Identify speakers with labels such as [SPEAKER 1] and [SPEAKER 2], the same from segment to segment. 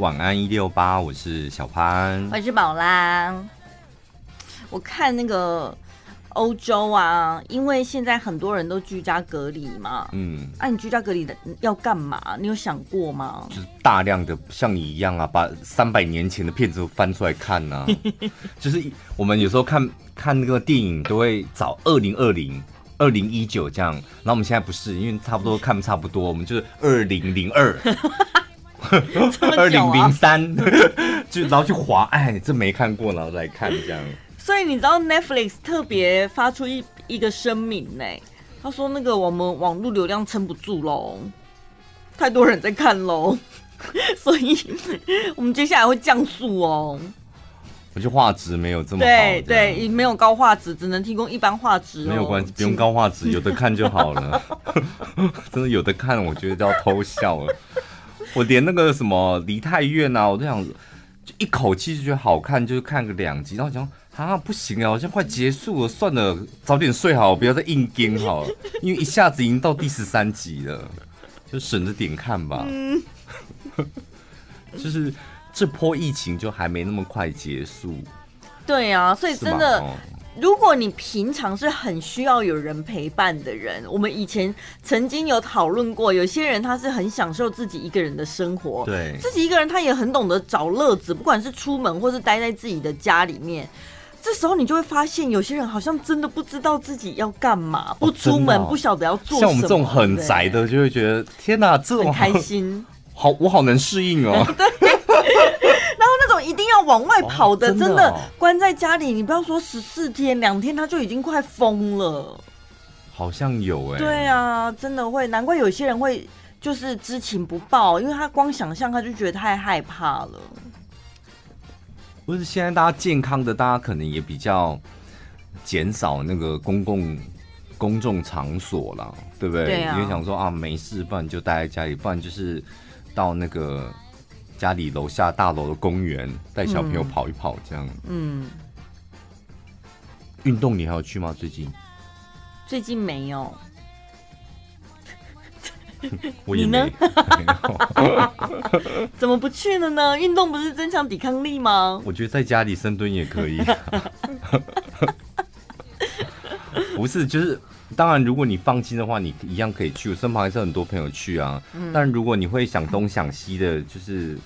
[SPEAKER 1] 晚安一六八，我是小潘。
[SPEAKER 2] 我是宝拉。我看那个欧洲啊，因为现在很多人都居家隔离嘛，
[SPEAKER 1] 嗯，
[SPEAKER 2] 啊，你居家隔离的要干嘛？你有想过吗？
[SPEAKER 1] 就是大量的像你一样啊，把三百年前的片子翻出来看呐、就是我们有时候看看那个电影，都会找二零二零、二零一九这样。然后我们现在不是，因为差不多看差不多，我们就是二零零二、 二
[SPEAKER 2] 么久
[SPEAKER 1] 零
[SPEAKER 2] 啊
[SPEAKER 1] 零三， 就然后去划，哎，这没看过，然后再看这样。
[SPEAKER 2] 所以你知道 Netflix 特别发出一一个声明呢、他说那个我们网络流量撑不住喽，太多人在看喽， 所以我们接下来会降速哦。
[SPEAKER 1] 我觉得画质没有这么好，
[SPEAKER 2] 对
[SPEAKER 1] 这样
[SPEAKER 2] 对，没有高画质，只能提供一般画质、哦。
[SPEAKER 1] 没有关系，不用
[SPEAKER 2] 请
[SPEAKER 1] 高画质，有的看就好 了。真的有的看，我觉得都要偷笑了。我连那个什么《梨泰院》啊，我都想就一口气就觉得好看，就是看个两集，然后想啊不行啊，好像快结束了，算了，早点睡好，不要再硬盯好了，因为一下子已经到第十三集了，就省着点看吧。
[SPEAKER 2] 嗯
[SPEAKER 1] 就是这波疫情就还没那么快结束，
[SPEAKER 2] 对啊，所以
[SPEAKER 1] 是吗
[SPEAKER 2] 真的，
[SPEAKER 1] 哦
[SPEAKER 2] 如果你平常是很需要有人陪伴的人，我们以前曾经有讨论过，有些人他是很享受自己一个人的生活，
[SPEAKER 1] 对
[SPEAKER 2] 自己一个人他也很懂得找乐子，不管是出门或是待在自己的家里面。这时候你就会发现，有些人好像真的不知道自己要干嘛，不出
[SPEAKER 1] 真的
[SPEAKER 2] 门，
[SPEAKER 1] 哦
[SPEAKER 2] 不晓得要做什么。
[SPEAKER 1] 像我们这种很宅的，就会觉得天哪，这
[SPEAKER 2] 对，
[SPEAKER 1] 种
[SPEAKER 2] 很
[SPEAKER 1] 好
[SPEAKER 2] 开心。
[SPEAKER 1] 好，我好能适应 哦。
[SPEAKER 2] 然后那种一定要往外跑的，
[SPEAKER 1] 哦真的
[SPEAKER 2] 真
[SPEAKER 1] 哦
[SPEAKER 2] 的关在家里，你不要说十四天两天，他就已经快疯了。
[SPEAKER 1] 好像有哎、
[SPEAKER 2] 对啊，真的会，难怪有些人会就是知情不报，因为他光想象他就觉得太害怕了。
[SPEAKER 1] 不是现在大家健康的，大家可能也比较减少那个公共公众场所啦，对不对？
[SPEAKER 2] 对啊
[SPEAKER 1] 因为想说啊，没事，不然就待在家里，不然就是到那个家里楼下大楼的公园带小朋友跑一跑，这样。
[SPEAKER 2] 嗯，
[SPEAKER 1] 运动你还有去吗？最近
[SPEAKER 2] 最近没有，
[SPEAKER 1] 我也
[SPEAKER 2] 你
[SPEAKER 1] 没
[SPEAKER 2] 呢
[SPEAKER 1] 没有。
[SPEAKER 2] 怎么不去了呢？运动不是增强抵抗力吗？
[SPEAKER 1] 我觉得在家里深蹲也可以。 不是，就是当然，如果你放心的话，你一样可以去。我身旁还是很多朋友去啊。但如果你会想东想西的，就是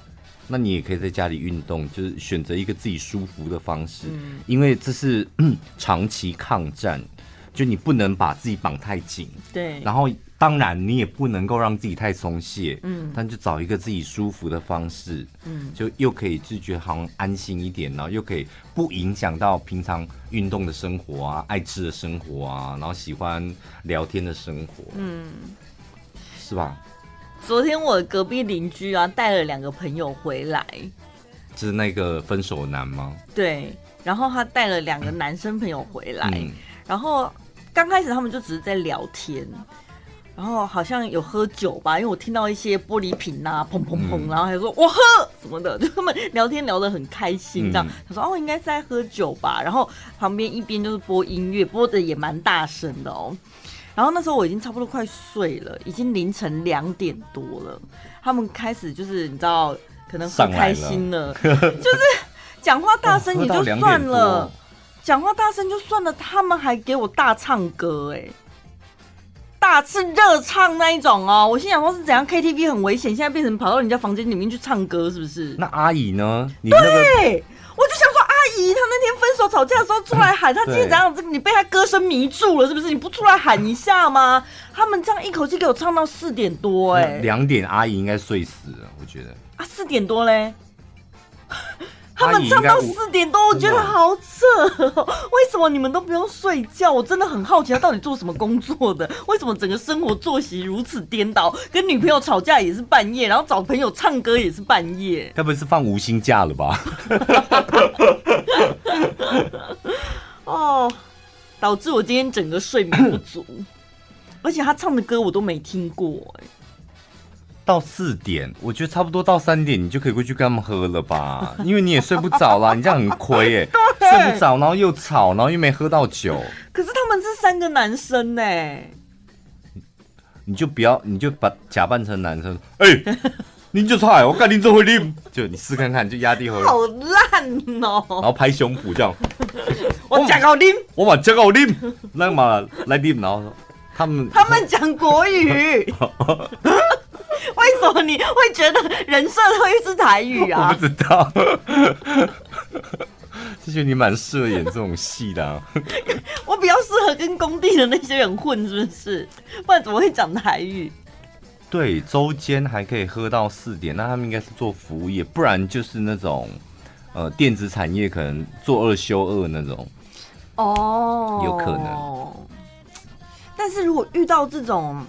[SPEAKER 1] 那你也可以在家里运动，就是选择一个自己舒服的方式，因为这是嗯长期抗战，就你不能把自己绑太紧。
[SPEAKER 2] 对，
[SPEAKER 1] 然后当然你也不能够让自己太松懈，
[SPEAKER 2] 嗯
[SPEAKER 1] 但就找一个自己舒服的方式，
[SPEAKER 2] 嗯
[SPEAKER 1] 就又可以自觉好像安心一点，然后又可以不影响到平常运动的生活啊、爱吃的生活啊，然后喜欢聊天的生活，
[SPEAKER 2] 嗯，
[SPEAKER 1] 是吧？
[SPEAKER 2] 昨天我隔壁邻居啊带了两个朋友回来，
[SPEAKER 1] 就是那个分手男吗？
[SPEAKER 2] 对，然后他带了两个男生朋友回来，
[SPEAKER 1] 嗯，
[SPEAKER 2] 然后刚开始他们就只是在聊天，然后好像有喝酒吧，因为我听到一些玻璃瓶啊，砰砰砰，
[SPEAKER 1] 嗯
[SPEAKER 2] 然后还说我喝什么的，就 他们聊天聊得很开心这样。
[SPEAKER 1] 嗯
[SPEAKER 2] 他说哦，应该是在喝酒吧，然后旁边一边就是播音乐，播的也蛮大声的哦。然后那时候我已经差不多快睡了，已经凌晨两点多了。他们开始就是你知道，可能喝
[SPEAKER 1] 上来
[SPEAKER 2] 开
[SPEAKER 1] 了
[SPEAKER 2] 心了， 就是讲话大声
[SPEAKER 1] 哦
[SPEAKER 2] 也
[SPEAKER 1] 喝到
[SPEAKER 2] 就
[SPEAKER 1] 2
[SPEAKER 2] 算
[SPEAKER 1] 点
[SPEAKER 2] 了
[SPEAKER 1] 多。
[SPEAKER 2] 讲话大声就算了，他们还给我大唱歌、哎，大是热唱那一种哦。我心想说是怎样 KTV 很危险，现在变成跑到人家房间里面去唱歌，是不是？
[SPEAKER 1] 那阿姨呢？你那个
[SPEAKER 2] 对，我就想说阿姨，她那天分手吵架的时候出来喊，她今天
[SPEAKER 1] 对
[SPEAKER 2] 怎样？这个你被她歌声迷住了，是不是？你不出来喊一下吗？他们这样一口气给我唱到四点多、哎、
[SPEAKER 1] 两点，阿姨应该睡死了，我觉得。
[SPEAKER 2] 啊，四点多嘞。他
[SPEAKER 1] 阿姨
[SPEAKER 2] 们
[SPEAKER 1] 应
[SPEAKER 2] 唱
[SPEAKER 1] 该
[SPEAKER 2] 到
[SPEAKER 1] 我
[SPEAKER 2] 四点多，我觉
[SPEAKER 1] 真的
[SPEAKER 2] 得
[SPEAKER 1] 哦
[SPEAKER 2] 好扯哦！为什么你们都不用睡觉？我真的很好奇，他到底做什么工作的？为什么整个生活作息如此颠倒？跟女朋友吵架也是半夜，然后找朋友唱歌也是半夜。
[SPEAKER 1] 该不会是放无薪假了吧？
[SPEAKER 2] 哦，导致我今天整个睡眠不足，而且他唱的歌我都没听过、哎
[SPEAKER 1] 到四点，我觉得差不多到三点，你就可以过去跟他们喝了吧，因为你也睡不着啦，你这样很亏哎、睡不着，然后又吵，然后又没喝到酒，
[SPEAKER 2] 可是他们是三个男生呢、哎
[SPEAKER 1] 你就不要，你就把假扮成男生，哎、拎就菜，我干拎这会拎，就你试看看，就压低喉咙，
[SPEAKER 2] 好烂哦、
[SPEAKER 1] 然后拍胸脯这样，
[SPEAKER 2] 我讲好听，
[SPEAKER 1] 我把这个我拎，那嘛来拎，然后说他们
[SPEAKER 2] 他们讲 国语，为什么你会觉得人设会是台语
[SPEAKER 1] 我
[SPEAKER 2] 啊
[SPEAKER 1] 不？知道， 就觉得你蛮适合演这种戏的、啊。
[SPEAKER 2] 我比较适合跟工地的那些人混，是不是？不然怎么会讲台语？
[SPEAKER 1] 对，周间还可以喝到四点，那他们应该是做服务业，不然就是那种呃电子产业可能做二休二那种。
[SPEAKER 2] 哦
[SPEAKER 1] 有可
[SPEAKER 2] 能。但是如果遇到这种，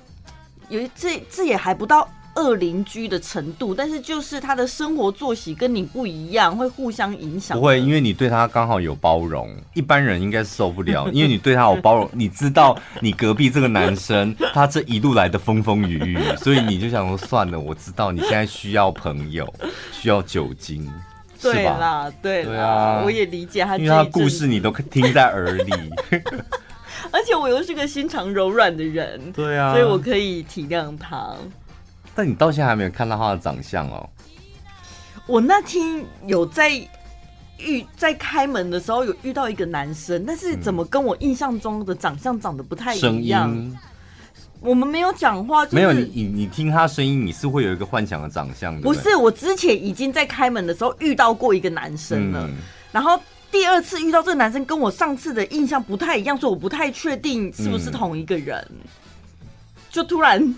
[SPEAKER 2] 有一这这也还不到恶邻居的程度，但是就是他的生活作息跟你不一样，会互相影响。
[SPEAKER 1] 不会，因为你对他刚好有包 容，一般人应该是受不了，因为你对他有包容，你知道你隔壁这个男生他这一路来的风风雨雨，所以你就想说算了，我知道你现在需要朋友，需要酒精，是
[SPEAKER 2] 对
[SPEAKER 1] 吧？
[SPEAKER 2] 啦，对啦，
[SPEAKER 1] 对啊
[SPEAKER 2] 我也理解他这
[SPEAKER 1] 因
[SPEAKER 2] 一
[SPEAKER 1] 为他
[SPEAKER 2] 阵
[SPEAKER 1] 故
[SPEAKER 2] 子
[SPEAKER 1] 事你都听在耳 里，
[SPEAKER 2] 而且我又是个心肠柔软的人，
[SPEAKER 1] 对啊，
[SPEAKER 2] 所以我可以体谅他。
[SPEAKER 1] 但你到现在还没有看到他的长相哦。
[SPEAKER 2] 我那天有在遇在开门的时候有遇到一个男生，但是怎么跟我印象中的长相长得不太
[SPEAKER 1] 声
[SPEAKER 2] 一样？
[SPEAKER 1] 音
[SPEAKER 2] 我们没有讲话，就是、
[SPEAKER 1] 没有你，你你听他声音，你是会有一个幻想的长相的。
[SPEAKER 2] 不是，我之前已经在开门的时候遇到过一个男生了，
[SPEAKER 1] 嗯
[SPEAKER 2] 然后第二次遇到这个男生跟我上次的印象不太一样，所以我不太确定是不是同一个人。就突然，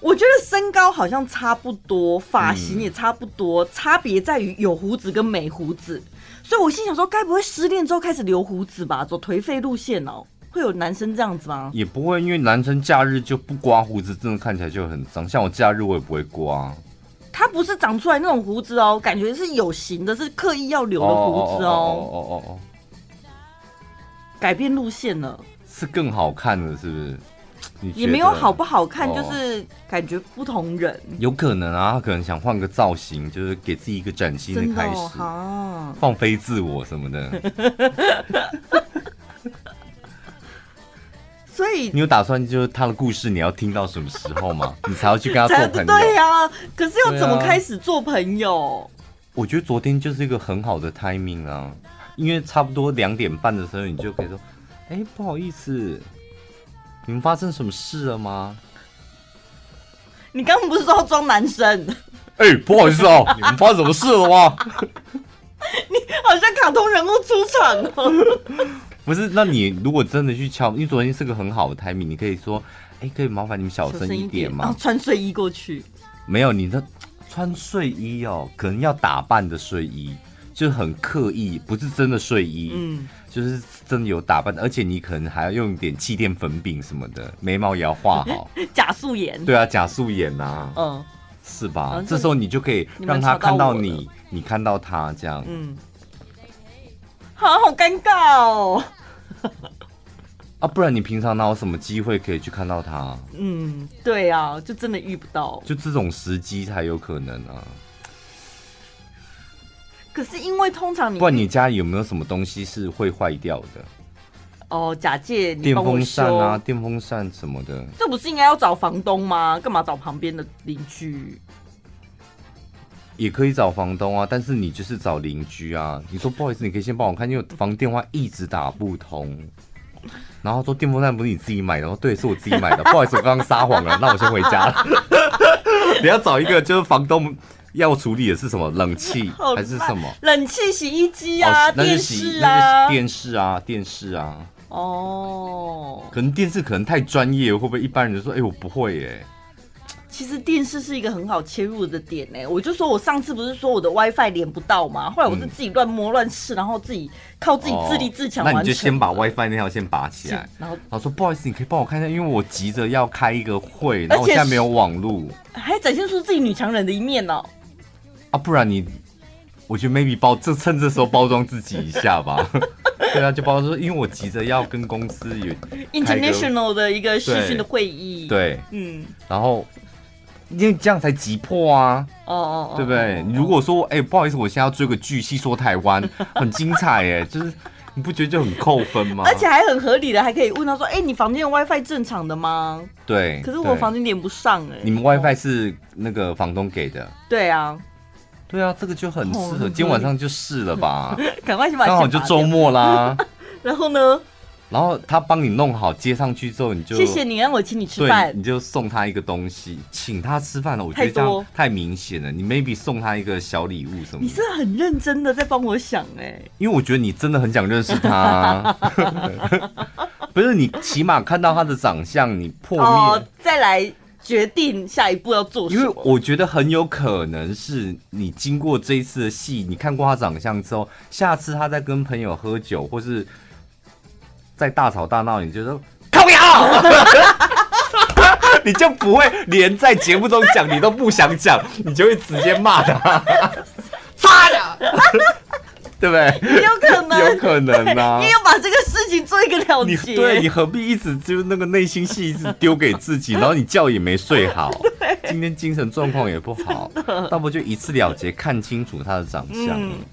[SPEAKER 2] 我觉得身高好像差不多，发型也差不多，差别在于有胡子跟没胡子。所以我心想说，该不会失恋之后开始留胡子吧？走颓废路线哦，会有男生这样子吗？
[SPEAKER 1] 也不会，因为男生假日就不刮胡子，真的看起来就很脏。像我假日我也不会刮
[SPEAKER 2] 他不是长出来那种胡子哦，感觉是有型的，是刻意要留的胡子哦，
[SPEAKER 1] 哦哦哦，
[SPEAKER 2] 改变路线了。
[SPEAKER 1] 是更好看的，是不是？你觉得
[SPEAKER 2] 也没有好不好看，
[SPEAKER 1] 哦
[SPEAKER 2] 就是感觉不同人。
[SPEAKER 1] 有可能啊，他可能想换个造型，就是给自己一个崭新
[SPEAKER 2] 真
[SPEAKER 1] 的
[SPEAKER 2] 的
[SPEAKER 1] 开
[SPEAKER 2] 哦
[SPEAKER 1] 始，
[SPEAKER 2] 哈，
[SPEAKER 1] 放飞自我什么的。
[SPEAKER 2] 所以
[SPEAKER 1] 你有打算就是他的故事你要听到什么时候吗？你才要去跟他
[SPEAKER 2] 才
[SPEAKER 1] 做朋友？
[SPEAKER 2] 对呀、可是要怎么
[SPEAKER 1] 对啊
[SPEAKER 2] 开始做朋友？
[SPEAKER 1] 啊我觉得昨天就是一个很好的 timing 啊，因为差不多两点半的时候，你就可以说，哎、不好意思，你们发生什么事了吗？
[SPEAKER 2] 你刚刚不是说要装男生，
[SPEAKER 1] 哎、不好意思哦，你 们发生什么事了吗？
[SPEAKER 2] 好像卡通人物出场哦。
[SPEAKER 1] 不是，那你如果真的去敲，因为昨天是个很好的 timing，你可以说，哎、可以麻烦你们小声一点
[SPEAKER 2] 然
[SPEAKER 1] 吗
[SPEAKER 2] 后？哦穿睡衣过去，
[SPEAKER 1] 没有，你的穿睡衣哦，可能要打扮的睡衣，就是很刻意，不是真的睡衣，
[SPEAKER 2] 嗯，
[SPEAKER 1] 就是真的有打扮，而且你可能还要用一点气垫粉饼什么的，眉毛也要画好。
[SPEAKER 2] 嗯假素颜，
[SPEAKER 1] 对啊，假素颜呐、啊，
[SPEAKER 2] 嗯
[SPEAKER 1] 是
[SPEAKER 2] 好
[SPEAKER 1] 吧？
[SPEAKER 2] 像
[SPEAKER 1] 这时候你就可以
[SPEAKER 2] 你
[SPEAKER 1] 让
[SPEAKER 2] 们
[SPEAKER 1] 他
[SPEAKER 2] 找到
[SPEAKER 1] 看到
[SPEAKER 2] 我了
[SPEAKER 1] 你，你看到他这样。
[SPEAKER 2] 嗯，好好尴尬哦，
[SPEAKER 1] 啊，不然你平常哪有什么机会可以去看到他？
[SPEAKER 2] 嗯，对啊，就真的遇不到。
[SPEAKER 1] 就这种时机才有可能啊！
[SPEAKER 2] 可是因为通常你
[SPEAKER 1] 不然你家里有没有什么东西是会坏掉的？
[SPEAKER 2] 哦，假借你
[SPEAKER 1] 电
[SPEAKER 2] 帮我
[SPEAKER 1] 风扇啊，
[SPEAKER 2] 修，
[SPEAKER 1] 电风扇什么的。
[SPEAKER 2] 这不是应该要找房东吗？干嘛找旁边的邻居？
[SPEAKER 1] 也可以找房东啊，但是你就是找邻居啊。你说不好意思，你可以先帮我看，因为我房电话一直打不通。然后说电风扇不是你自己买的，我说对，是我自己买的。不好意思，我刚刚撒谎了，那我先回家了。 你要找一个就是房东要处理的是什么冷气
[SPEAKER 2] 好烂
[SPEAKER 1] 还是什么？
[SPEAKER 2] 冷气、洗衣机啊，
[SPEAKER 1] 哦那就
[SPEAKER 2] 电
[SPEAKER 1] 洗
[SPEAKER 2] 视
[SPEAKER 1] 那
[SPEAKER 2] 啊
[SPEAKER 1] 就，电视啊，电视啊，
[SPEAKER 2] 哦，
[SPEAKER 1] 可能电视可能太专业，会不会一般人就说，哎、我不会耶、
[SPEAKER 2] 其实电视是一个很好切入的点呢、我就说我上次不是说我的 WiFi 连不到吗？后来我是自己乱摸乱试，然后自己靠自己自立自强
[SPEAKER 1] 嗯哦
[SPEAKER 2] 完
[SPEAKER 1] 那
[SPEAKER 2] 成。
[SPEAKER 1] 你就先把 WiFi 那条线拔起来。
[SPEAKER 2] 然后
[SPEAKER 1] 他说：“不好意思，你可以帮我看一下，因为我急着要开一个会，
[SPEAKER 2] 而且
[SPEAKER 1] 然后我现在没有网路
[SPEAKER 2] 还展现出自己女强人的一面哦、
[SPEAKER 1] 啊，不然你，我觉得 maybe 包这趁这时候包装自己一下 吧。对啊，就包装说，因为我急着要跟公司有
[SPEAKER 2] international 的一个视讯的会议。，
[SPEAKER 1] 对，
[SPEAKER 2] 嗯，
[SPEAKER 1] 然后因为这样才急迫啊，
[SPEAKER 2] 哦哦哦，
[SPEAKER 1] 对不对？你如果说，哎、不好意思，我现在要追个剧，戏说台湾很精彩，哎，就是你不觉得就很扣分吗？
[SPEAKER 2] 而且还很合理的，还可以问他说：“哎、你房间的 WiFi 正常的吗？”
[SPEAKER 1] 对，
[SPEAKER 2] 可是我
[SPEAKER 1] 对
[SPEAKER 2] 房间连不上哎、
[SPEAKER 1] 你们 WiFi 是那个房东给的，
[SPEAKER 2] 对啊，
[SPEAKER 1] 对啊，这个就很适
[SPEAKER 2] 哦很
[SPEAKER 1] 合，
[SPEAKER 2] 合理
[SPEAKER 1] 今天晚上就试了吧，
[SPEAKER 2] 赶快 先把
[SPEAKER 1] 刚好
[SPEAKER 2] 线
[SPEAKER 1] 就
[SPEAKER 2] 拔
[SPEAKER 1] 周
[SPEAKER 2] 掉。
[SPEAKER 1] 末啦，
[SPEAKER 2] 然后呢？
[SPEAKER 1] 然后他帮你弄好接上去之后，你就
[SPEAKER 2] 谢谢你让我请你吃
[SPEAKER 1] 对，
[SPEAKER 2] 饭
[SPEAKER 1] 你，就送他一个东西，请他吃饭了，我觉得
[SPEAKER 2] 太
[SPEAKER 1] 这
[SPEAKER 2] 多
[SPEAKER 1] 样太明显了，你 maybe 送他一个小礼物什么
[SPEAKER 2] 你
[SPEAKER 1] 的，
[SPEAKER 2] 是很认真的在帮我想哎、
[SPEAKER 1] 因为我觉得你真的很想认识他 啊、不是你起码看到他的长相，你破灭。
[SPEAKER 2] 哦，再来决定下一步要做什
[SPEAKER 1] 因为
[SPEAKER 2] 么。
[SPEAKER 1] 我觉得很有可能是你经过这一次的戏，你看过他长相之后，下次他在跟朋友喝酒或是在大吵大闹，你就说靠腰， 你就不会连在节目中讲你都不想讲，你就会直接骂他，擦的， 对不 对？
[SPEAKER 2] 有可能，
[SPEAKER 1] 有可能啊
[SPEAKER 2] 你。要把这个事情做一个了
[SPEAKER 1] 你
[SPEAKER 2] 结。
[SPEAKER 1] 对你何必一直就是那个内心戏一直丢给自己，然后你觉也没睡 好，今天精神状况也不好，倒不如就一次了结，看清楚他的长相。
[SPEAKER 2] 嗯